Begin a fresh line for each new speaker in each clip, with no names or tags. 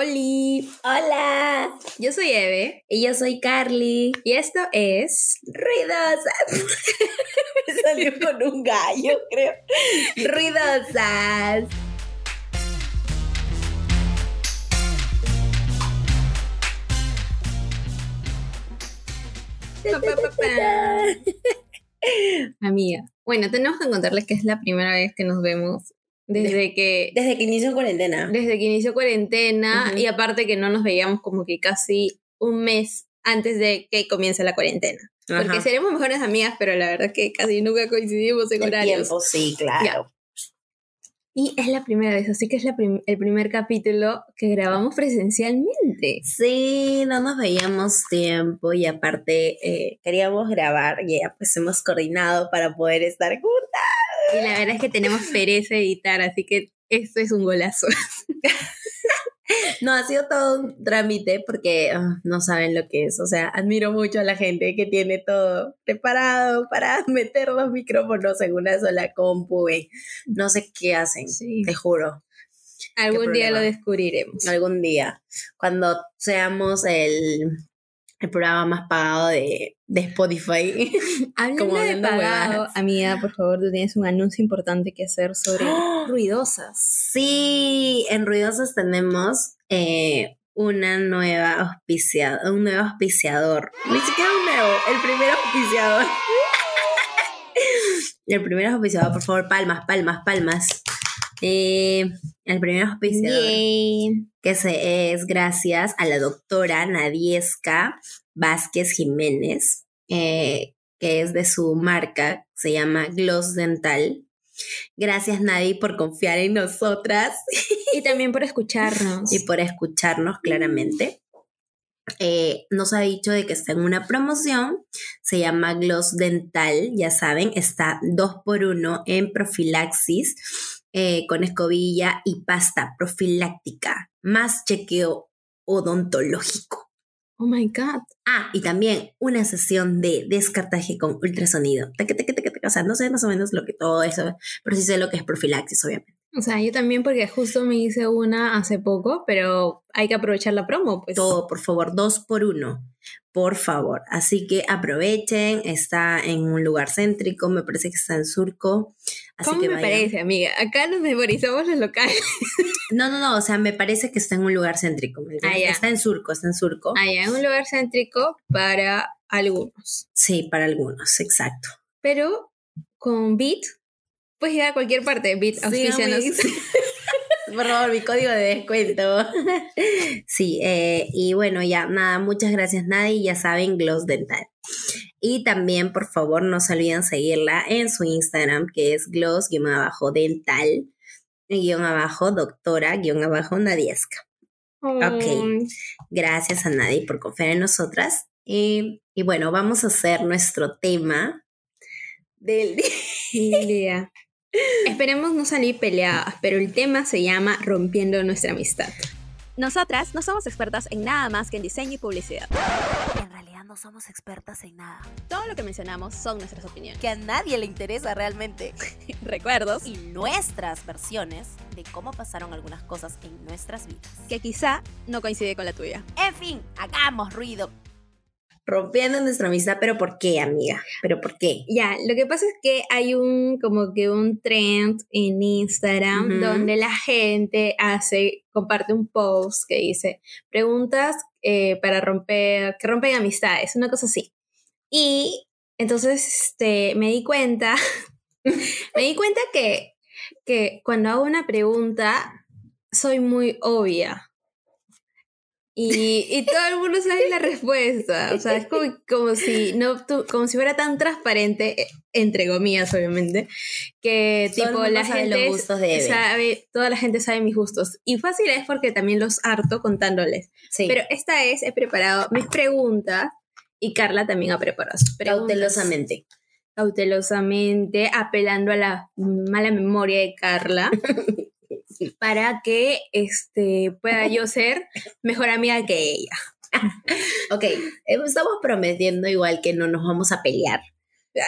Oli,
Hola,
yo soy Eve
y yo soy Carly.
y esto es Ruidosas.
Salió con un gallo, creo.
Ruidosas. Pa, pa, pa, pa. Amiga, bueno, tenemos que contarles que es la primera vez que nos vemos desde que
Desde que inició cuarentena.
Eh, desde que inició cuarentena
Ujú.
y aparte que no nos veíamos como que casi un mes antes de que comience la cuarentena. Porque
Ajá.
seremos mejores amigas, pero la verdad es que casi nunca coincidimos en
El
horarios.
tiempo, sí, claro.
Y es la primera vez, así que es la prim- el primer capítulo que grabamos presencialmente.
Sí, no nos veíamos tiempo y aparte eh, queríamos grabar y ya pues hemos coordinado para poder estar juntas.
Y la verdad es que tenemos pereza de editar, así que esto es un golazo.
No, ha sido todo un trámite porque ah, no saben lo que es. O sea, admiro mucho a la gente que tiene todo preparado para meter los micrófonos en una sola compu. eh. No sé qué hacen,
Sí.
te juro.
Algún día
problema.
lo descubriremos.
algún día, cuando seamos el, el programa más pagado de, de Spotify.
Hablando
Como
de
hablando
pagado,
huevadas.
amiga, por favor, tú tienes un anuncio importante que hacer sobre
¡Oh!
ruidosas.
sí, en Ruidosas tenemos eh, una nueva auspiciado, un nuevo auspiciador. Ni siquiera un nuevo, el primer auspiciador. El primer auspiciador, por favor, palmas, palmas, palmas. Eh, el primer auspiciador.
Yay.
que se es gracias a la doctora Nadiesca Vázquez Jiménez, eh, que es de su marca, se llama Gloss Dental. Gracias Nadie por confiar en nosotras
Y también por escucharnos.
y por escucharnos claramente. Eh, nos ha dicho de que está en una promoción, se llama Gloss Dental, ya saben, está 2x1 en profilaxis eh, con escobilla y pasta profiláctica, más chequeo odontológico.
Oh my God.
Ah, y también una sesión de descartaje con ultrasonido. Taca, taca, taca, taca. O sea, no sé más o menos lo que todo eso, pero sí sé lo que es profilaxis, obviamente.
O sea, yo también porque justo me hice una hace poco, pero hay que aprovechar la promo, pues.
todo, por favor, dos por uno, por favor. Así que aprovechen, está en un lugar céntrico, me parece que está en Surco. Así
¿Cómo
que
me
vayan.
parece, amiga? Acá nos memorizamos los locales.
No, no, no, o sea, me parece que está en un lugar céntrico. ¿me entiendes?
Ah, ya. Ah.
Está en Surco, está en Surco.
Allá en un lugar céntrico para algunos.
Sí, para algunos, exacto.
Pero con Bit, puedes llegar a cualquier parte. Bit, auspicianos.
Por favor, mi código de descuento. Sí, eh, y bueno, ya, nada, muchas gracias Nadie, ya saben, Gloss Dental. Y también, por favor, no se olviden seguirla en su Instagram, que es gloss-dental, guión abajo, doctora, guión abajo, Nadiesca.
Mm,
Gracias a Nadie por confiar en nosotras. Y, y bueno, vamos a hacer nuestro tema del día.
mi idea. Esperemos no salir peleadas, pero el tema se llama Rompiendo nuestra amistad.
Nosotras no somos expertas en nada más que en diseño y publicidad. En realidad no somos expertas en nada.
Todo lo que mencionamos son nuestras opiniones.
Que a nadie le interesa realmente.
Recuerdos
Y nuestras versiones de cómo pasaron algunas cosas en nuestras vidas.
que quizá no coincide con la tuya.
En fin, hagamos ruido.
Rompiendo nuestra amistad, pero ¿por qué, amiga? ¿Pero por qué?
Ya, lo que pasa es que hay un como que un trend en Instagram
Ujú.
donde la gente hace, comparte un post que dice preguntas eh, para romper, que rompen amistades, una cosa así. Y entonces este, me di cuenta, me di cuenta que, que cuando hago una pregunta soy muy obvia. Y, y todo el mundo sabe la respuesta. O sea, es como, como si no tu- como si fuera tan transparente, eh, entre comillas, obviamente, que
Todo el
tipo
mundo
la
sabe
gente
los gustos de Eve.
sabe, toda la gente sabe mis gustos. Y fácil es porque también los harto contándoles.
Sí.
Pero esta vez he preparado mis preguntas y Carla también ha preparado sus preguntas.
cautelosamente.
Cautelosamente, apelando a la mala memoria de Carla para que este, pueda yo ser mejor amiga que ella.
Ok, eh, estamos prometiendo igual que no nos vamos a pelear.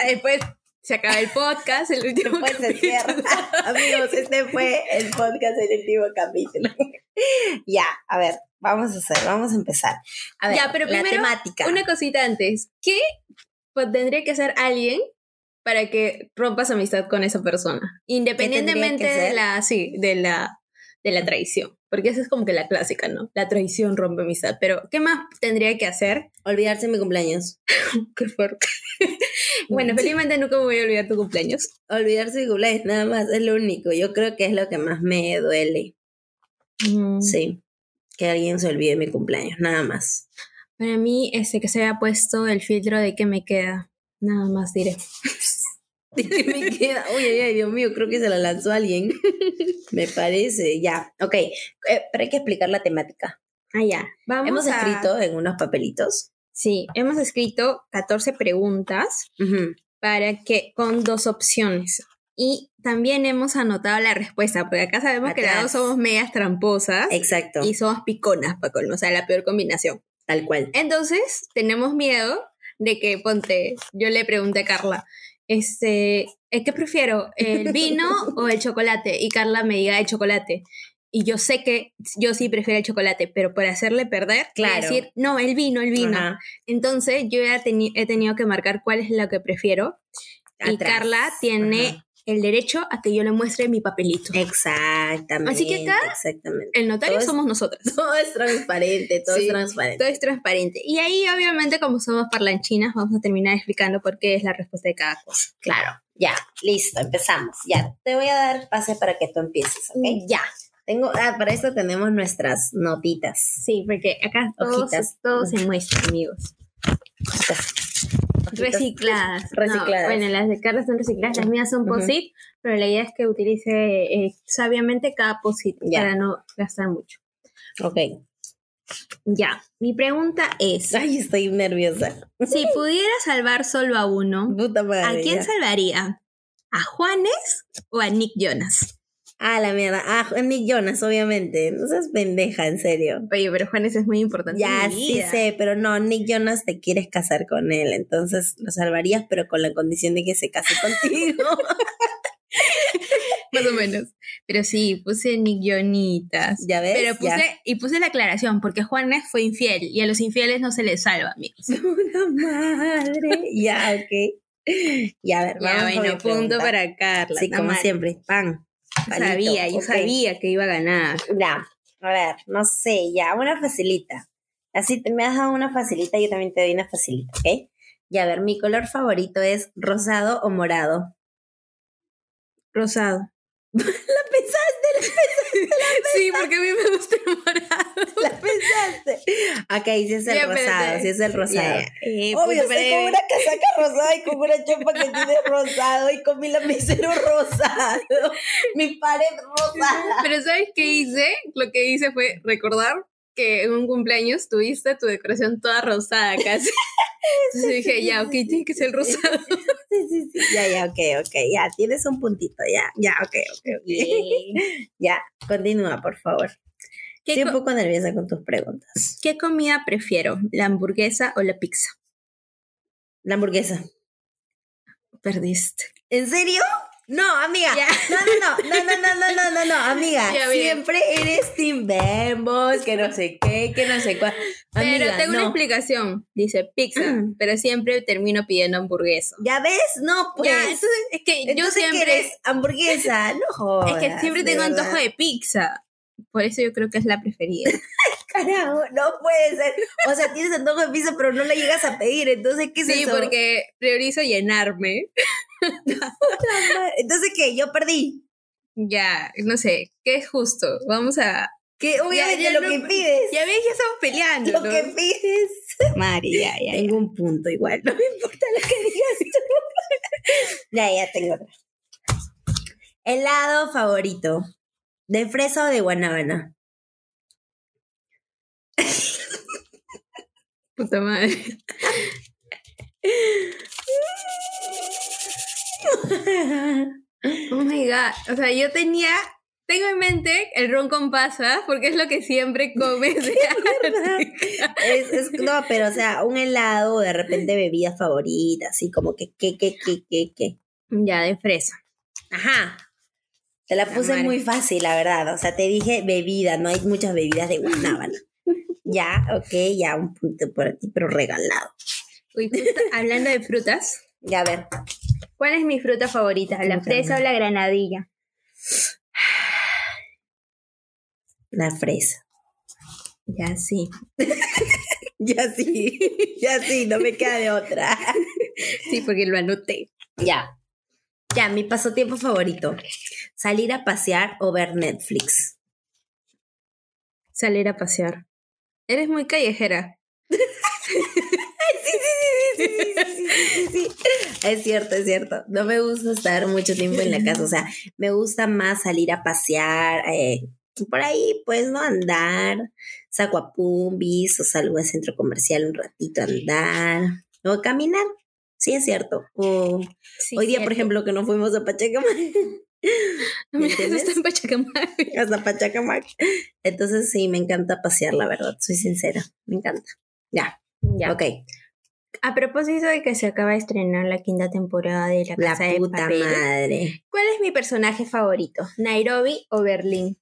Después Se acaba el podcast, el último
Pues se
capítulo.
cierra. Amigos, este fue el podcast del último capítulo. ya, a ver, vamos a hacer, vamos a empezar. A ver,
Ya, pero
la
primero,
temática.
Una cosita antes. ¿Qué pues, tendría que hacer alguien para que rompas amistad con esa persona? Independientemente
tendría que
de
hacer?
la, sí, de la, de la traición. Porque esa es como que la clásica, ¿no? La traición rompe amistad. Pero, ¿qué más tendría que hacer?
Olvidarse de mi cumpleaños.
Qué fuerte. bueno, felizmente nunca me voy a olvidar tu cumpleaños.
Olvidarse de mi cumpleaños, nada más, es lo único. Yo creo que es lo que más me duele.
Sí.
Sí. Que alguien se olvide de mi cumpleaños, nada más.
Para mí, este que se haya puesto el filtro de que me queda. Nada más diré.
¿Qué me queda? Uy, ay, ay, Dios mío, creo que se la lanzó alguien. me parece, ya. Ok, eh, pero hay que explicar la temática.
Ah, ya. Vamos
Hemos
a-
escrito en unos papelitos.
Sí, hemos escrito 14 preguntas
Ujú.
para que con dos opciones. Y también hemos anotado la respuesta, porque acá sabemos que las dos
Atrás.
somos medias tramposas
Exacto,
y somos piconas, para colmo, o sea, la peor combinación.
tal cual.
Entonces, tenemos miedo de que, ponte, yo le pregunté a Carla, este, ¿eh, ¿qué prefiero, el vino o el chocolate? Y Carla me diga el chocolate. Y yo sé que yo sí prefiero el chocolate, pero por hacerle perder, voy a
Claro.
decir, no, el vino, el vino.
Ajá.
Entonces yo ya teni- he tenido que marcar cuál es la que prefiero. Y
Atrás.
Carla tiene
Ajá.
el derecho a que yo le muestre mi papelito.
Exactamente.
Así que acá-
Exactamente.
El notario
todo es-
somos nosotras.
Todo es transparente, todo
Sí.
es transparente.
Todo es transparente. Y ahí, obviamente, como somos parlanchinas, vamos a terminar explicando por qué es la respuesta de cada cosa.
Claro, ya, listo, empezamos. Ya, te voy a dar pase para que tú empieces, ¿ok?
Ya.
Tengo, ah, para esto tenemos nuestras notitas.
Sí, porque acá todos,
Hojitas.
todos se muestran, amigos. Recicladas. No,
Recicladas.
bueno, las de Carla son recicladas, las mías son
Ujú.
POSIT, pero la idea es que utilice eh, sabiamente cada POSIT
Ya.
para no gastar mucho.
Ok.
Ya. Mi pregunta es:
Ay, estoy nerviosa.
Si pudiera salvar solo a uno,
Puta madre.
¿a quién
ya.
salvaría? ¿A Juanes o a Nick Jonas?
Ah, la mierda. Ah, Nick Jonas, obviamente. No seas pendeja, en serio.
Oye, pero Juanes es muy importante.
Ya,
en mi
sí
vida.
sé, pero no, Nick Jonas te quieres casar con él, entonces lo salvarías, pero con la condición de que se case contigo.
Más o menos. Pero sí, puse Nick Jonitas.
¿Ya ves?
Pero
Ya.
puse, y puse la aclaración, porque Juanes fue infiel y a los infieles no se les salva, amigos.
Puta madre. ya, ok. Ya, a ver, vamos
Ya,
con mi
bueno, punto
pregunta.
para Carla.
Sí,
está
como
mal.
siempre, pan.
Yo
palito,
sabía, yo
ok.
sabía que iba a ganar.
Ya, a ver, no sé, ya, una facilita. Así te, me has dado una facilita, yo también te doy una facilita, ¿ok? Ya, a ver, mi color favorito es rosado o morado.
Rosado.
La pensaste,
Sí, porque a mí me gusta el morado.
la pensaste. Ok, si es el
Ya, espérate.
rosado, si es el rosado.
Ya, eh,
Obvio,
punto para
estoy con
Eve.
una casaca rosada y con una chompa que tiene rosado y con mi lapicero rosado, mi pared rosada.
Pero ¿sabes qué hice? Lo que hice fue recordar que en un cumpleaños tuviste tu decoración toda rosada casi. Entonces dije, ya, ok, tiene que ser rosado.
Sí, sí, sí. Ya, ya, ok, ok, ya, tienes un puntito, ya, ya, ok, ok, ok. Ya, continúa, por favor.
¿Qué,
Estoy un
co-
poco nerviosa con tus preguntas.
qué comida prefiero? ¿La hamburguesa o la pizza?
La hamburguesa.
Perdiste.
¿En serio? No, amiga.
Ya.
No, no, no, no, no, no, no, no, no, no, amiga.
Ya, bien.
siempre eres Team Bembos, que no sé qué, que no sé cuál. Amiga,
pero tengo
no.
una explicación. Dice pizza,
Mm.
pero siempre termino pidiendo hamburguesa.
¿Ya ves? No, pues.
ya, entonces es que
Entonces,
yo
¿qué
siempre...
eres? hamburguesa, no
Es
jodas.
que siempre
de
tengo
verdad.
antojo de pizza. Por eso yo creo que es la preferida.
Carajo, no puede ser. O sea, tienes antojo de pizza, pero no la llegas a pedir. Entonces, ¿qué es
Sí,
eso?
porque priorizo llenarme.
Entonces, ¿qué? Yo perdí.
Ya, no sé, ¿qué es justo? Vamos a...
Que obviamente
ya
lo
no-
que pides.
Ya ves, ya estamos peleando.
lo
¿no?
que pides.
Mari, ya, ya, ya.
Tengo un punto igual. No me importa lo que digas tú. ya, ya tengo otra. Helado favorito. ¿De fresa o de guanábana?
Puta madre. Oh my god. O sea, yo tenía. Tengo en mente el ron con pasas porque es lo que siempre comes. de África.
Es- es- no, pero o sea, un helado, de repente bebida favorita, así como que, que, que, que, que, que.
Ya, de fresa.
Ajá. Te la puse
Amar.
muy fácil, la verdad. O sea, te dije bebida, no hay muchas bebidas de guanábana. ya, ok, ya un punto por ti, pero regalado.
Uy, justo hablando de frutas,
Ya, a ver.
¿cuál es mi fruta favorita? ¿La
Puta
fresa o la granadilla?
La fresa.
Ya, sí.
Ya sí, ya sí, no me queda de otra.
Sí, porque lo anoté.
ya. Ya, mi pasatiempo favorito. Salir a pasear o ver Netflix.
Salir a pasear. Eres muy callejera.
Sí, sí, es cierto, es cierto. No me gusta estar mucho tiempo en la casa, o sea, me gusta más salir a pasear, eh, por ahí, pues, ¿no? Andar, saco a Pumbis o salgo al centro comercial un ratito a andar, o caminar, sí, es cierto. O
Sí,
hoy día, por
cierto.
ejemplo, que no fuimos a Pachacamac, ¿me
Mira, eso
entiendes?
está en Pachacamac.
hasta Pachacamac. Entonces, sí, me encanta pasear, la verdad, soy sincera, me encanta. Ya,
Ya.
ok.
A propósito de que se acaba de estrenar la quinta temporada de La
La
Casa de
puta
Papel,
madre.
¿cuál es mi personaje favorito? ¿Nairobi o Berlín?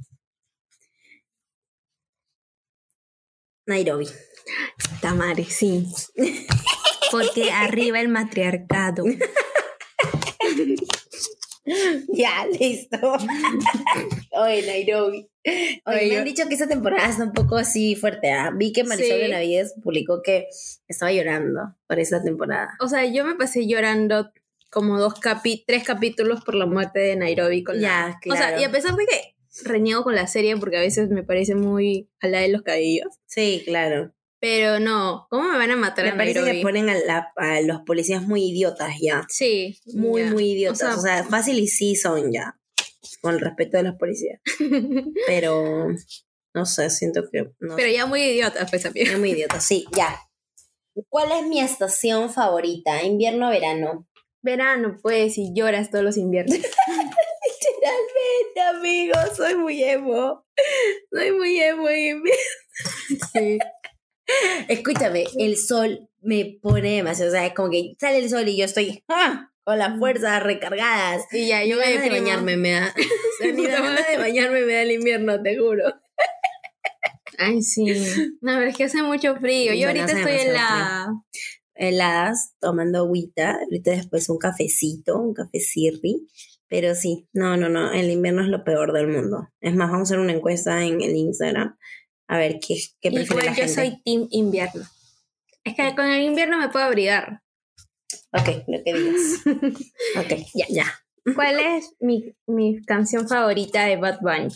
Nairobi.
Tamare, sí. Porque arriba el matriarcado.
Ya, listo. Oye, Nairobi. Oye,
Oye,
me
yo-
han dicho que esta temporada está un poco así fuerte. ¿ah? Vi que Marisol
Sí.
Benavides publicó que estaba llorando por esta temporada.
O sea, yo me pasé llorando como dos capi tres capítulos por la muerte de Nairobi con la-
Ya, claro.
O sea, y a pesar de que reniego con la serie porque a veces me parece muy a la de los cabellos,
Sí, claro.
pero no, ¿cómo me van a matar
Me
a
parece
Nairobi?
que ponen a, la- a los policías muy idiotas ya.
Sí,
Muy,
ya.
muy idiotas. O
O
sea, mm.
sea-
fácil y sí son ya. Con respecto a los policías. Pero, no sé, siento que... No
pero ya muy idiota, pues también.
Es muy idiota, sí, ya. ¿Cuál es mi estación favorita? ¿Invierno o verano?
Verano, pues, y lloras todos los inviernos.
Literalmente, amigos, soy muy emo. Soy muy emo. en invierno.
Sí.
Escúchame, el sol me pone demasiado. O sea, es como que sale el sol y yo estoy ¡ah! con las fuerzas recargadas.
Y ya, yo me
Ni ganas de
deprimo.
bañarme me da. O sea, ni
Puta
ganas
madre.
de bañarme me da el invierno, te juro.
Ay, sí. No, pero es que hace mucho frío. Yo
Bueno,
ahorita
hace
estoy en la...
demasiado Heladas, tomando agüita. Ahorita después un cafecito, un cafecirri. Pero sí, no, no, no. El invierno es lo peor del mundo. Es más, vamos a hacer una encuesta en el Instagram. A ver qué, qué prefiere
Igual
la
yo
gente.
soy team invierno. Es que con el invierno me puedo abrigar.
Ok, lo que digas. Ok, ya, ya.
¿Cuál es mi, mi canción favorita de Bad Bunny?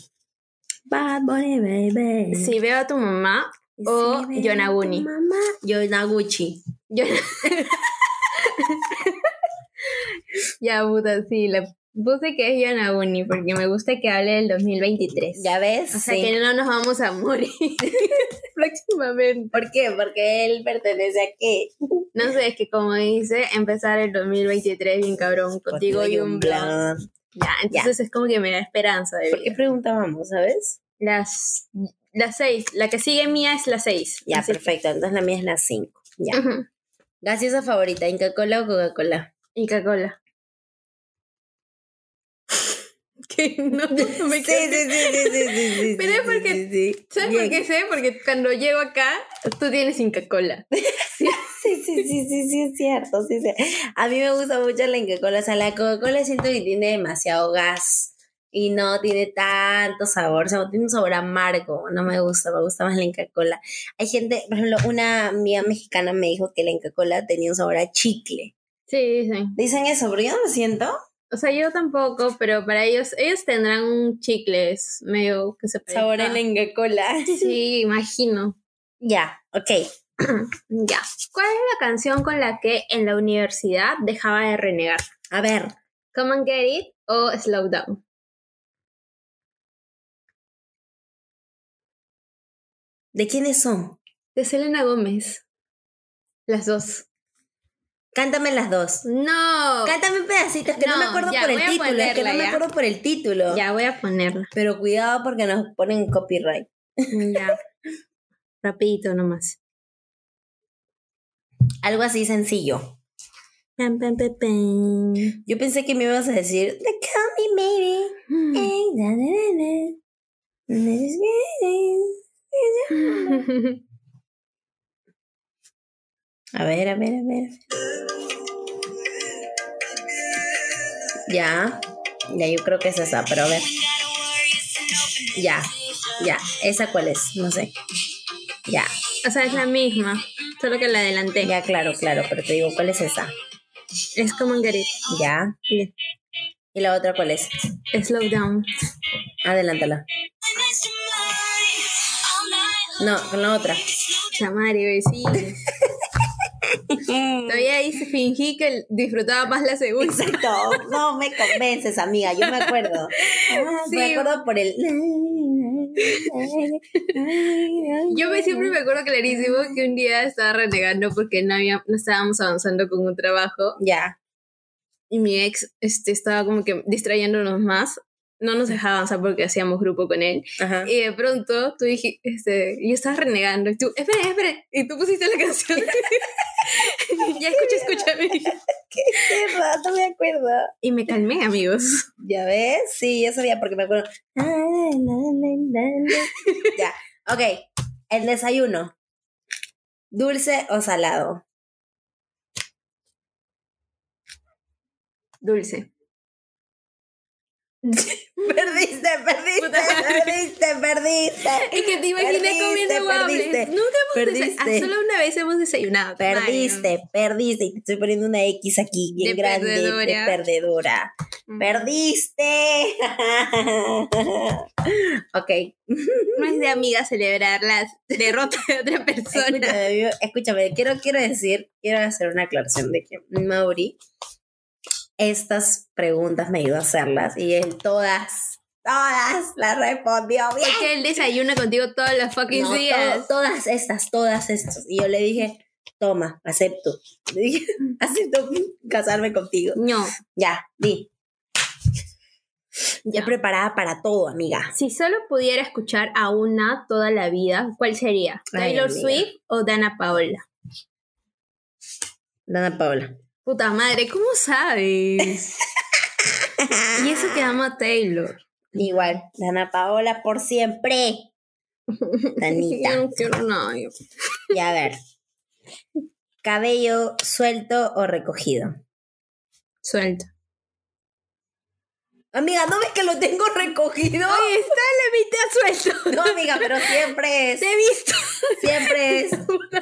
Bad Bunny Baby.
Si veo a tu mamá, o
Sí,
Yonaguni.
tu Mamá. Yonaguchi.
yo... ya, puta, sí, la puse que es Yonaguni porque me gusta que hable del 2023.
¿Ya ves?
O sea
Sí.
que no nos vamos a morir próximamente.
¿Por qué? Porque él pertenece a qué?
No sé, es que como dice, empezar el 2023 bien cabrón, contigo y un blog. Ya, entonces es como que me da esperanza de
¿Por qué
vida.
preguntábamos, sabes?
Las, las seis, la que sigue mía es la seis.
Ya,
Así-
perfecto. Entonces la mía es la 5. Ya.
Ujú.
Gaseosa favorita, Inca Cola o Coca-Cola.
Y Coca-Cola. que no, no me quedo-
sí, sí, sí, sí,
Pero es porque- ¿Sabes por qué sé? Porque cuando llego acá, tú tienes Inca Cola.
Sí, sí, sí, sí, sí, es cierto. Sí, sí. A mí me gusta mucho la Inca Cola. O sea, la Coca-Cola siento que tiene demasiado gas y no tiene tanto sabor. O sea, tiene un sabor amargo. No me gusta, me gusta más la Inca Cola. Hay gente, por ejemplo, una amiga mexicana me dijo que la Inca Cola tenía un sabor a chicle.
Sí, dicen.
Dicen eso, pero yo no lo siento.
O sea, yo tampoco, pero para ellos, ellos tendrán un chicle es medio que se parezca.
Sabor en la Inca Cola.
Sí, imagino.
Ya, ok.
Ya. ¿Cuál es la canción con la que en la universidad dejaba de renegar?
A ver,
Come and Get It o Slow Down.
¿de quiénes son?
De Selena Gómez. Las dos.
Cántame las dos.
No.
Cántame pedacitos, que no,
No,
me acuerdo
ya,
por el
voy a
título. Es que no
ponerla,
me
ya.
acuerdo por el título.
Ya voy a ponerla.
Pero cuidado porque nos ponen copyright.
Ya. Rapidito nomás.
Algo así sencillo. Pam, pam, pam, pam. Yo pensé que me ibas a decir, The Call Me Maybe.
Mm.
Ay, da, da, da, da. And that is good. A ver, a ver, a ver. Ya, ya, yo creo que es esa, pero a ver. Ya, ya, ¿esa cuál es? No sé. Ya,
O sea, es la misma, solo que la adelanté.
ya, claro, claro, pero te digo, ¿cuál es esa?
Es como un get it.
Ya. ¿Y la otra cuál es?
Slow down.
Adelántala. No, con la otra.
Chamari, sí.
Mm,
Todavía ahí se fingí que disfrutaba más la segunda.
Exacto. No me convences, amiga. Yo me acuerdo. Ah, Me
Sí.
acuerdo por el.
Yo me, siempre me acuerdo clarísimo que un día estaba renegando porque no, había, no estábamos avanzando con un trabajo
Ya.
y mi ex este, estaba como que distrayéndonos más. No nos dejaba avanzar porque hacíamos grupo con él.
Ajá.
Y de pronto tú dijiste, este, yo estaba renegando y tú, espere, espere, y tú pusiste la canción. ya escucha, escúchame.
Qué rato me acuerdo.
Y me calmé, amigos.
¿Ya ves? Sí, ya sabía porque me acuerdo. Ah, Ya. Ok. El desayuno. ¿Dulce o salado?
Dulce.
Perdiste, perdiste,
Puta madre.
perdiste, perdiste.
Es que te imaginé
Perdiste,
comiendo waffles.
perdiste,
Nunca hemos desayunado.
perdiste.
solo una vez hemos desayunado.
Perdiste, perdiste. Y te estoy poniendo una X aquí, bien
De
grande,
perdedora.
de perdedora.
Ay,
¡Perdiste! ok,
Mm. No es de amiga celebrar las derrotas de otra persona.
escúchame, yo- escúchame, quiero, quiero decir, quiero hacer una aclaración de que Mauri, estas preguntas me ayudó a hacerlas y él todas, todas las respondió bien.
Porque él desayuna contigo todos los fucking
No, to-
días.
todas estas, todas estas. Y yo le dije, toma, acepto. Le dije, acepto casarme contigo.
No,
Ya, di. Ya
No.
preparada para todo, amiga.
si solo pudiera escuchar a una toda la vida, ¿cuál sería?
Ay,
¿Taylor
amiga.
Swift o Dana Paola?
Dana Paola.
Puta madre, ¿cómo sabes? y eso que amo a Taylor.
Igual, Dana Paola por siempre.
Yo
Danita.
no quiero nadie.
Y a ver. Cabello suelto o recogido.
Suelta.
Amiga, ¿no ves que lo tengo recogido?
Oye, está la mitad suelto.
No, amiga, pero siempre es,
Te he visto.
siempre es,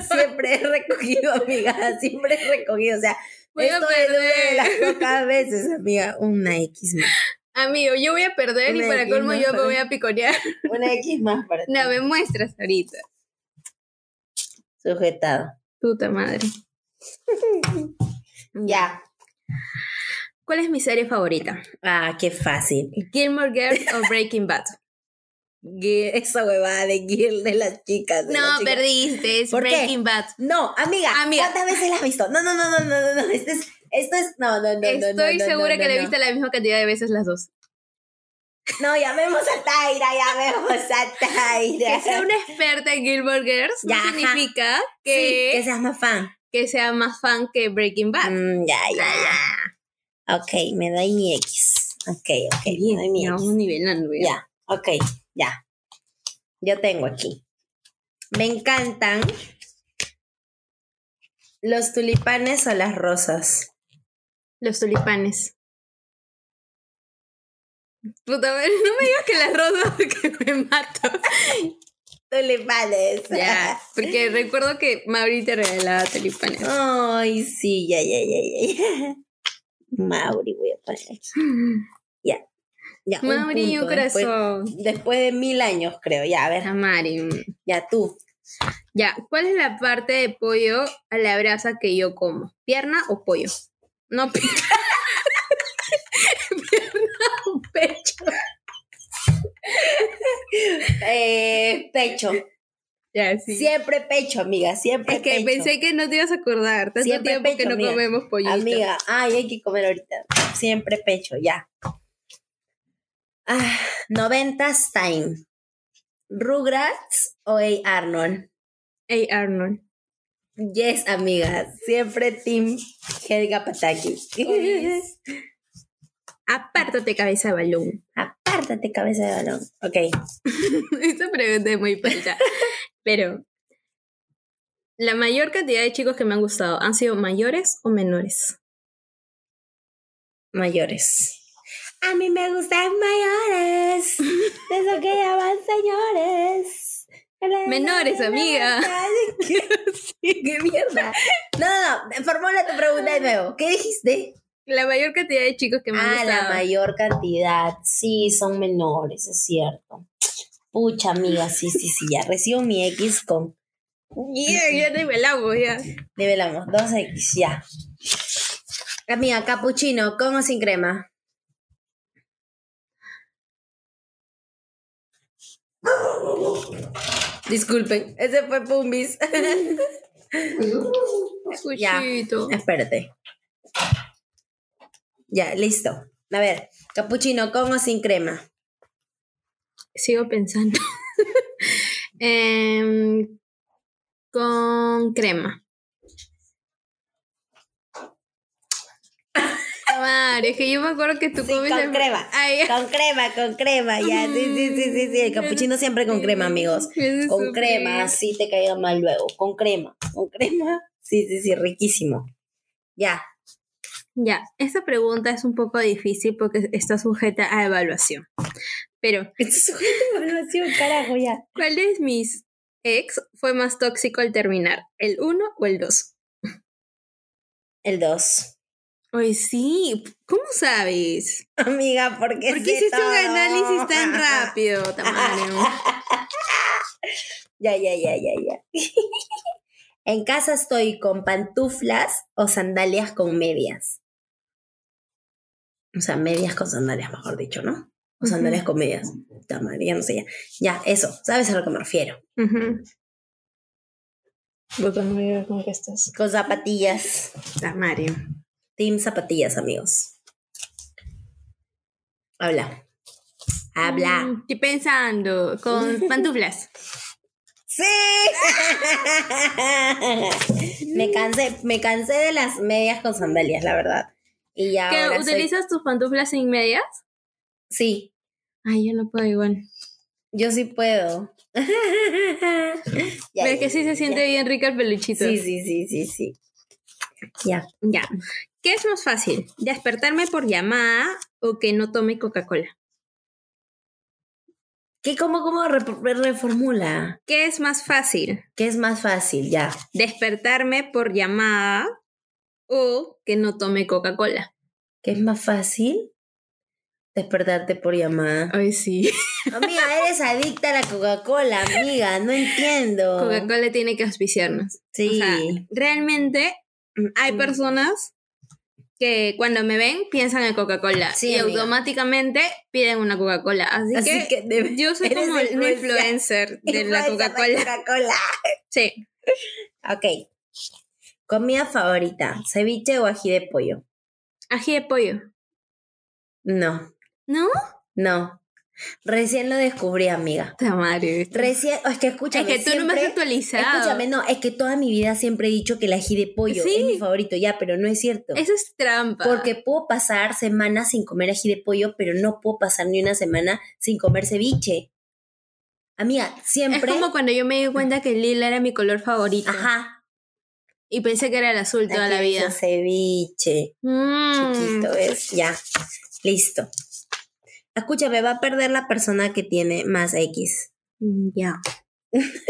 siempre es recogido, amiga, siempre es recogido. O sea,
Voy a
esto es una de
perder.
las pocas veces, amiga, una X más.
Amigo, yo voy a perder y
Me-
para colmo
no,
yo me
para-
voy a piconear.
Una X más para ti.
No, me muestras ahorita.
Sujetado.
Puta madre. Mm.
Ya.
¿Cuál es mi serie favorita?
Ah, qué fácil.
¿Gilmore Girls o Breaking Bad?
Gui- Esa huevada de Gil de las chicas. de las
No,
chicas.
perdiste. Es
¿Por qué?
Breaking Bad.
No, amiga,
Amiga.
¿cuántas veces la has visto? No, no, no, no, no, no, no. Esto es, esto es, no, no, no, no, no.
Estoy
no,
segura
no,
que la
no.
viste la misma cantidad de veces las dos.
No, llamemos a Taira, llamemos a Taira.
Que sea una experta en Gilmore Girls no
Ya, ajá.
significa
Sí,
que,
que seas más fan.
que sea más fan que Breaking Bad.
Mm, ya, ya,
Ah.
ya. Ok, me doy mi X. Ok, ok, me doy mi
Ya,
X.
vamos nivelando. ya.
Ya, ok, ya. Yo tengo aquí. Me encantan los tulipanes o las rosas.
Los tulipanes. Puta madre, no me digas que las rosas porque me mato.
Tulipanes.
Ya, porque recuerdo que Mauri te regalaba tulipanes.
Ay, sí, ya, ya, ya, ya, ya. Mauri, voy a poner aquí. Ya, un
Mauri, un
punto, después-
corazón.
Después, de mil años, creo. Ya, a ver,
A Mari.
ya tú.
Ya, ¿cuál es la parte de pollo a la brasa que yo como? ¿Pierna o pollo? No, pierna. pierna o pecho.
Eh, pecho.
Ya, sí.
Siempre pecho, amiga, siempre
es que
pecho.
pensé que no te ibas a acordar. Tanto
Siempre
tiempo que
pecho,
no
amiga.
comemos pollito.
Amiga, ay, hay que comer ahorita. Siempre pecho, ya. Ah, noventas time. Rugrats o A. Arnold.
Hey, Arnold.
Yes, amiga. Siempre Team Helga Pataki.
Apártate, cabeza de balón.
Apártate, cabeza de balón. Ok.
Esta pregunta es muy falta. Pero, ¿la mayor cantidad de chicos que me han gustado han sido mayores o menores?
Mayores. A mí me gustan mayores. Desde que ya van señores.
Menores, amiga.
¿Qué mierda? No, no, no. Formula tu pregunta de nuevo. ¿Qué dijiste?
La mayor cantidad de chicos que me han
Ah, la
gustado.
mayor cantidad. Sí, son menores, es cierto. Pucha, amiga, sí, sí, sí. Ya recibo mi X con.
Yeah, ya te velamos, ya.
Nivelamos, 2X, ya. Amiga, capuchino, con o sin crema. Disculpen, ese fue Pumbis. Ya.
Cuchito.
Espérate. Ya, listo. A ver, capuchino, con o sin crema.
Sigo pensando. Em, con crema. Madre, es que yo me acuerdo que tú
Sí,
comes
con
el-
crema.
Ay,
Con crema, con crema, ya. Sí, sí, sí, sí, sí. El capuchino siempre con crema, amigos.
Jesús
Con crema, así te caiga mal luego. Con crema, con crema. Sí, sí, sí, riquísimo. Ya.
Ya, esta pregunta es un poco difícil porque está sujeta a evaluación. Pero,
Este sujeto de evaluación, carajo, ya.
¿cuál de mis ex fue más tóxico al terminar? ¿El 1 o el 2?
El 2.
Ay, sí, ¿cómo sabes?
Amiga, ¿por qué
¿Por
sé
qué hiciste un
todo?
análisis tan rápido, Tamario?
Ya, ya, ya, ya, ya. en casa estoy con pantuflas o sandalias con medias. O sea, medias con sandalias, mejor dicho, ¿no? O sandalias con medias. Puta madre, ya no sé ya. Ya, eso, ¿sabes a lo que me refiero?
¿Cómo que estás?
Con zapatillas.
Tamario.
Team zapatillas, amigos. Habla. Habla.
Mm, Estoy pensando, con pantuflas.
¡Sí! me cansé, me cansé de las medias con sandalias, la verdad. Y ya
¿Que
ahora soy-
utilizas tus pantuflas sin medias?
Sí,
Ay, yo no puedo igual.
yo sí puedo. Ya,
Pero es
ya,
que sí
ya,
se siente
ya.
bien rica el peluchito.
Sí, sí, sí, sí, sí. Ya.
Ya. ¿Qué es más fácil? ¿Despertarme por llamada o que no tome Coca-Cola?
¿Qué, cómo, cómo re- re- reformula?
¿Qué es más fácil?
¿Qué es más fácil? Ya.
¿Despertarme por llamada o que no tome Coca-Cola?
¿Qué es más fácil? Despertarte por llamada.
Ay, sí.
Amiga, eres adicta a la Coca-Cola, amiga. No entiendo.
Coca-Cola tiene que auspiciarnos.
Sí.
O sea, realmente mm, hay
Mm.
personas que cuando me ven piensan en Coca-Cola
Sí,
y
amiga.
automáticamente piden una Coca-Cola. Así,
Así
que,
que debe-
yo soy
eres
como el
influencia-
influencer de la
Influencer
Coca-Cola.
Coca-Cola.
Sí.
Ok. Comida favorita, ceviche o ají de pollo.
Ají de pollo.
No,
¿No?
no. Recién lo descubrí, amiga.
Tamari.
Recién, oh, es que
Es
escúchame.
que tú no me has
siempre-
actualizado.
Escúchame, no, es que toda mi vida siempre he dicho que el ají de pollo
Sí.
es mi favorito, ya, pero no es cierto.
Eso es trampa.
Porque puedo pasar semanas sin comer ají de pollo, pero no puedo pasar ni una semana sin comer ceviche. Amiga,
es
siempre.
como cuando yo me di cuenta que el lila era mi color favorito.
Ajá.
Y pensé que era el azul toda la
aquí dice
vida.
Ceviche.
Mm.
chiquito, ¿ves? Ya, listo. Escúchame, va a perder la persona que tiene más X.
Mm, Ya.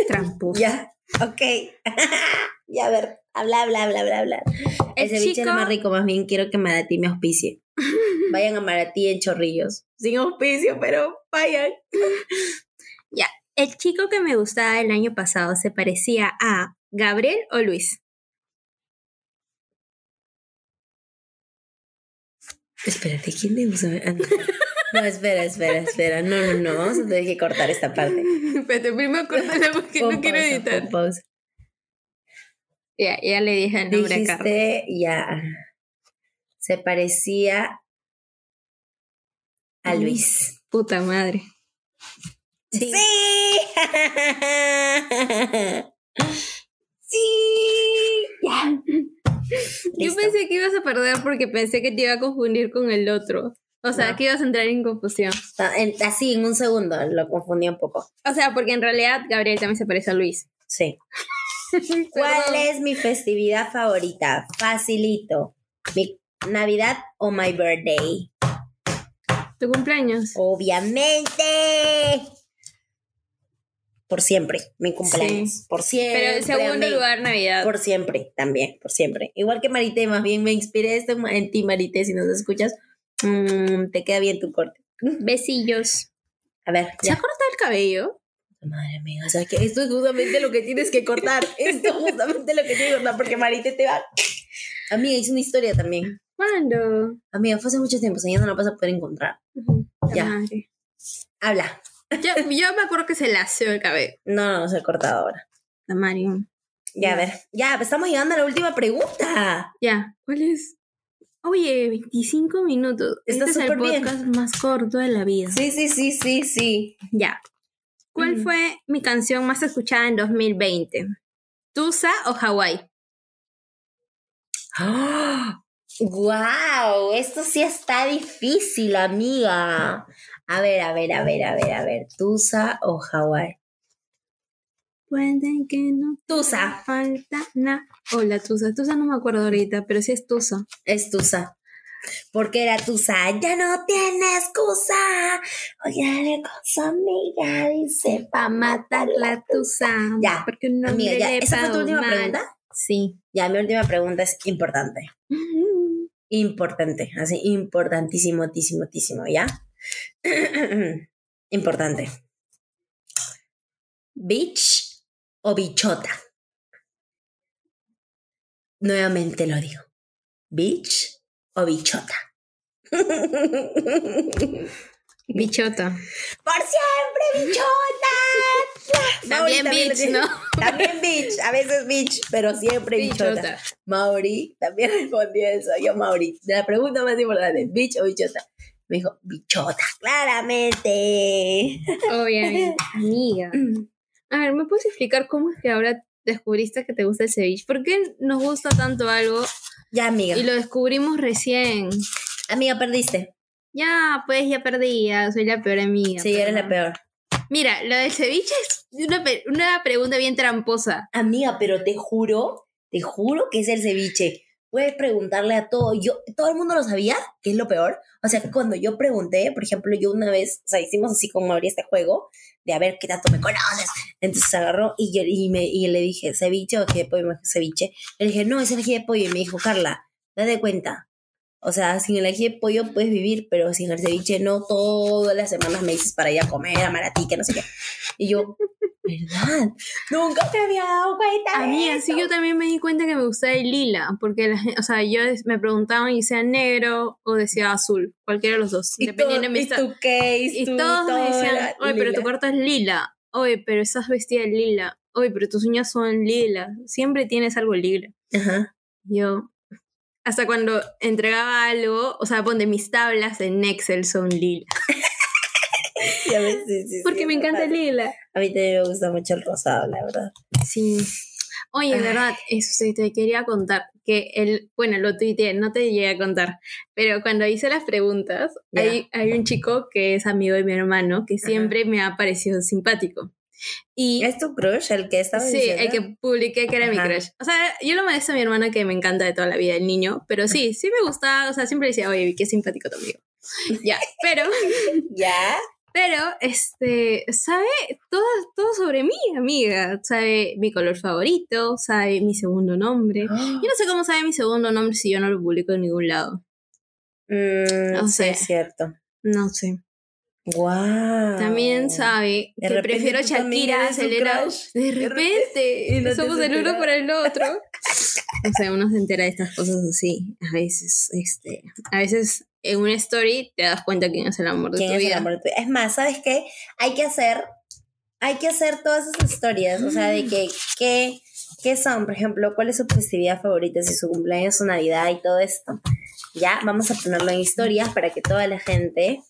Tramposo.
Ya, ok. ya, a ver, habla, habla, habla, habla, habla. El,
El
ceviche
chico-
es más rico, más bien quiero que Maratí me auspicie. Vayan a Maratí en Chorrillos. Sin auspicio, pero vayan.
El chico que me gustaba el año pasado se parecía a Gabriel o Luis.
Espérate, ¿quién le gusta? Ah, no. No, espera, espera, espera. No, no, no, vamos a tener que cortar esta parte.
Espérate, primero córtala porque
Pon pausa, pon pausa.
Ya, ya le dije el nombre a Carlos.
Dijiste, ya. Se parecía a
Ujú.
Luis.
Puta madre.
¡Sí! ¡Sí!
Yo
Listo.
pensé que ibas a perder porque pensé que te iba a confundir con el otro. O sea,
No.
que ibas a entrar en confusión.
Ta- en- Así, en un segundo, lo confundí un poco.
O sea, porque en realidad Gabriel también se parece a Luis.
Sí. ¿Cuál
Perdón.
es mi festividad favorita? Facilito. Mi Navidad o my birthday.
¿Tu cumpleaños?
Obviamente. Por siempre, mi cumpleaños. Por siempre.
Pero en segundo
amé.
lugar, Navidad.
Por siempre, también, por siempre. Igual que Marité, más bien me inspiré esto en ti, Marité, si nos escuchas. mm, te queda bien tu corte.
Besillos.
A ver,
¿Se
ya.
ha cortado el cabello?
Madre mía, o sea que esto es justamente lo que tienes que cortar. Esto es justamente lo que tienes que cortar, porque Marité te va. Amiga, hice una historia también.
¿Cuándo?
Amiga, fue hace mucho tiempo, o sea, ya no la vas a poder encontrar.
La
Ya.
madre.
Habla.
Yo, yo me acuerdo que se lació el cabello.
No, no, se ha cortado ahora.
La Marion.
Ya, a ver. Ya, pues, estamos llegando a la última pregunta.
Ya, ¿cuál es? Oye, 25 minutos.
Está
este es el
súper bien.
podcast más corto de la vida.
Sí, sí, sí, sí, sí.
Ya. ¿Cuál
Mm.
fue mi canción más escuchada en 2020? ¿Tusa o Hawái?
¡Wow! Esto sí está difícil, amiga. A ver, a ver, a ver, a ver, a ver. ¿Tusa o Hawái?
Puede que no
Tusa.
falta nada. Ah. Hola, Tusa. Tusa no me acuerdo ahorita, pero sí es Tusa.
Es Tusa. Porque era Tusa. Ya no tiene excusa. Oye, con su amiga dice
Pa'
pa'
matar la
matarla.
Tusa.
Ya.
Porque no
Amiga, ya. ¿Esa fue tu última pregunta?
Sí.
Ya, mi última pregunta es importante. Importante, así importantísimo, tísimo, tísimo, ¿ya? importante. ¿Bitch o bichota? Nuevamente lo digo. ¿Bitch o bichota? ¡Por siempre,
Bichota.
bichota! Mauri
También
lo
bitch,
tiene.
¿no?
También bitch, a veces bitch, pero siempre bichota.
Bichota.
Mauri también respondió eso. Yo, Mauri, la pregunta más importante, ¿bitch o bichota? Me dijo, bichota, claramente.
Obviamente. Amiga. A ver, ¿me puedes explicar cómo es que ahora descubriste que te gusta el ceviche? ¿Por qué nos gusta tanto algo
Ya, amiga.
y lo descubrimos recién?
Amiga, perdiste.
Ya, pues ya perdí, ya soy la peor amiga.
Sí, eres la
perdón.
peor.
Mira, lo del ceviche es una, pe- una pregunta bien tramposa.
Amiga, pero te juro, te juro que es el ceviche. Puedes preguntarle a todo. Yo, todo el mundo lo sabía, que es lo peor. O sea, cuando yo pregunté, por ejemplo, yo una vez, o sea, hicimos así con Mauri este juego de a ver qué tanto me conoces. Entonces agarró y yo y me, y le dije, ceviche o ají de pollo, me dijo, ceviche. Le dije, no, es el ají de pollo. Y me dijo, Carla, date cuenta. O sea, sin el ají de pollo puedes vivir, pero sin el ceviche no. Todas las semanas me dices para ir a comer, a Maratí, que no sé qué. Y yo, ¿verdad? Nunca te había dado cuenta. de
Amiga,
eso.
sí, yo también me di cuenta que me gustaba el lila, porque, la gen- o sea, yo es- me preguntaban y sea negro o decía azul, cualquiera de los dos,
Y
dependiendo de
todo-
mi
y
esta-
tu case,
Y
tu
todos me
todo
decían,
era
oye, pero tu
lila.
cuarto es lila, oye, pero estás vestida de lila, oye, pero tus uñas son lila, siempre tienes algo lila.
Ajá.
Yo, hasta cuando entregaba algo, o sea, ponte mis tablas en Excel son lila,
Sí, a ver, sí, sí,
porque
sí,
me
es
encanta el
verdad.
lila.
A mí también me gusta mucho el rosado, la verdad.
Sí. Oye, de verdad, eso sí, te quería contar que el, bueno, lo tuiteé, no te llegué a contar, pero cuando hice las preguntas,
Ya.
hay, hay un chico que es amigo de mi hermano que siempre me ha parecido simpático. Y
¿Es tu crush el que estaba
sí,
diciendo?
el que publiqué que era mi
Ajá.
crush. O sea, yo lo merezco a mi hermana que me encanta de toda la vida, el niño, pero sí, sí me gustaba, o sea, siempre decía, oye, qué simpático tu amigo. Ya, pero,
¿Ya?
pero, este, sabe todo, todo sobre mí, amiga. Sabe mi color favorito, sabe mi segundo nombre.
Ah.
Yo no sé cómo sabe mi segundo nombre si yo no lo publico en ningún lado.
Mm,
No
sí,
sé.
es cierto.
No sé.
Wow.
También sabe
De
que
repente
prefiero
tú también
Shakira
eres su
acelera.
crush.
De
De
repente,
y no te
somos
has
el uno
enterado.
para el otro. O sea, uno se entera de estas cosas así. A veces, este, a veces en una story te das cuenta quién es el amor de
¿Quién
tu
es el
vida.
amor de tu vida? Es más, ¿sabes qué? Hay que hacer, hay que hacer todas esas historias, o sea,
Mm.
de que, que- ¿qué son? Por ejemplo, ¿cuál es su festividad favorita? Si su cumpleaños, su Navidad y todo esto. Ya, vamos a ponerlo en historias para que toda la gente...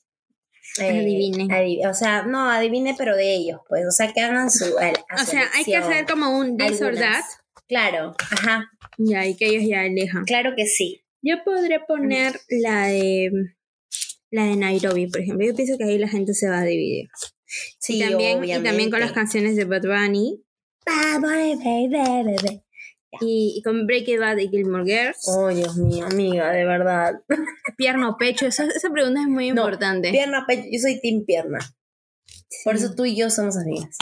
eh,
Adivine.
adiv- o sea, no, adivine, pero de ellos, pues, o sea, que hagan su...
O sea, hay que hacer como un this or
Algunas.
that
Claro, ajá,
Ya, y que ellos ya elijan.
claro que sí.
Yo podría poner la de la de Nairobi, por ejemplo. Yo pienso que ahí la gente se va a dividir.
Sí,
y, también, y también con las
obviamente.
canciones de Bad Bunny
Bad Bunny, baby, baby.
y, y con Break It Bad y Gilmore Girls.
Oh, Dios mío, amiga, de verdad.
Pierna o pecho, esa, esa pregunta es muy
No,
importante.
Pierna, pecho, yo soy team pierna. Por eso tú y yo somos amigas.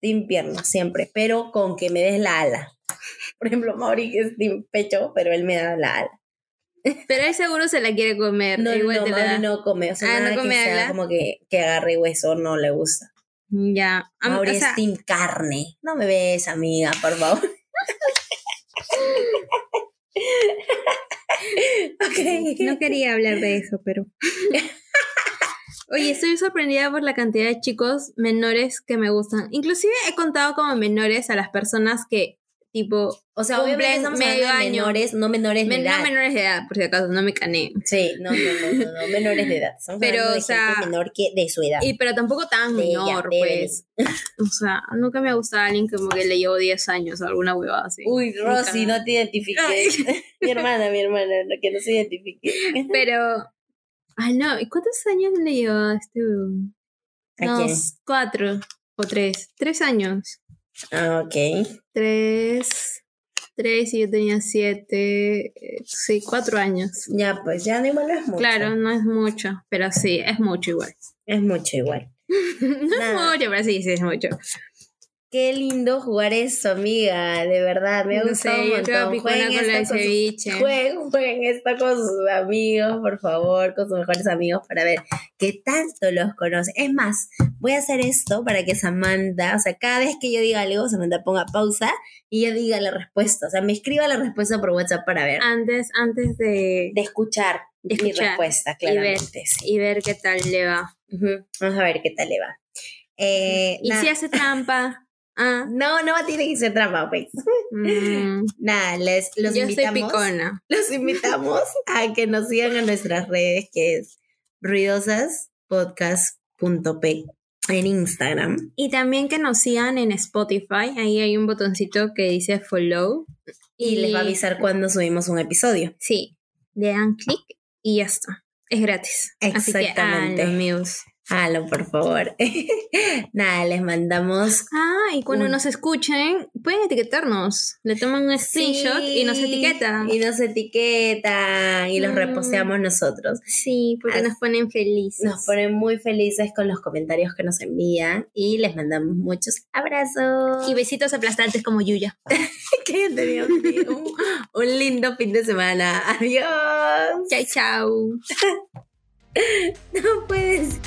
Team pierna, siempre. Pero con que me des la ala. Por ejemplo, Mauri que es team pecho, pero él me da la ala.
Pero él seguro se la quiere comer.
No,
igual
no,
te la
Mauri
da.
no come. O sea,
Ah, no
nada
come
que sea
ala.
como que, que agarre hueso, no le gusta.
Ya. Am-
Mauri
o sea,
es team carne. No me ves, amiga, por favor. ok.
no quería hablar de eso, pero. Oye, estoy sorprendida por la cantidad de chicos menores que me gustan. Inclusive he contado como menores a las personas que, tipo,
O sea,
Cumplen
obviamente estamos hablando
medio
de
año.
menores, no menores de
men-
edad.
no menores de edad, por si acaso, no me cané.
Sí, no, no, no, no, no, menores de edad. Estamos
Pero,
hablando de
o sea,
gente menor que de su edad.
Y, pero tampoco tan
De ella,
menor,
de
pues. O sea, nunca me ha gustado alguien como que le llevo 10 años o alguna huevada así.
Uy, Rosy,
nunca.
no te identifiques.
Ay.
mi hermana, mi hermana, no, que no se identifique.
Pero. Ay, Ah, no. ¿y ¿Cuántos años le llevo a este huevón?
¿A
No,
quién?
s- cuatro o tres. Tres años.
Ah, ok.
Tres. Tres y yo tenía siete. eh, Sí, cuatro años.
Ya, pues ya no igual es mucho.
Claro, no es mucho, pero sí, es mucho igual.
Es mucho igual.
no
Nada.
es mucho, pero sí, sí, es mucho.
Qué lindo jugar eso, amiga. De verdad, me ha
no
gustado
sé,
un
yo creo
montón.
picona
Jueguen
con la de
esto con sus-
ceviche.
Jueguen, jueguen esto con sus amigos, por favor, con sus mejores amigos para ver qué tanto los conoce. Es más, voy a hacer esto para que Samantha, o sea, cada vez que yo diga algo, Samantha ponga pausa y ella diga la respuesta. O sea, me escriba la respuesta por WhatsApp para ver.
Antes, antes de,
de escuchar,
de
mi
Ah. escuchar
respuesta,
y ver.
claramente. sí.
y ver qué tal le va.
Ujú. Vamos a ver qué tal le va. Eh,
Y
nada.
si hace trampa. Ah,
No, no tiene que ser trampa, pues.
mm,
Nada, les, los
yo soy
invitamos.
picona.
Los invitamos a que nos sigan en nuestras redes, que es ruidosaspodcast.p en Instagram.
Y también que nos sigan en Spotify. Ahí hay un botoncito que dice follow.
Y, les va a avisar cuando subimos un episodio.
Sí, le dan clic y ya está. Es gratis. ah,
Exactamente.
Así que, háganlo, amigos.
Halo, por favor. Nada, les mandamos.
Ah, y cuando
Mm.
nos escuchen, pueden etiquetarnos. Le toman un screenshot y nos
Sí,
etiquetan.
Y nos etiquetan y los
Mm.
reposteamos nosotros.
Sí, porque
Ah.
nos ponen felices.
Nos ponen muy felices con los comentarios que nos envían y les mandamos muchos abrazos.
Y besitos aplastantes como Yuya.
que hayan tenido un, día- un- un lindo fin de semana. Adiós.
Chao, chao.
No puedes.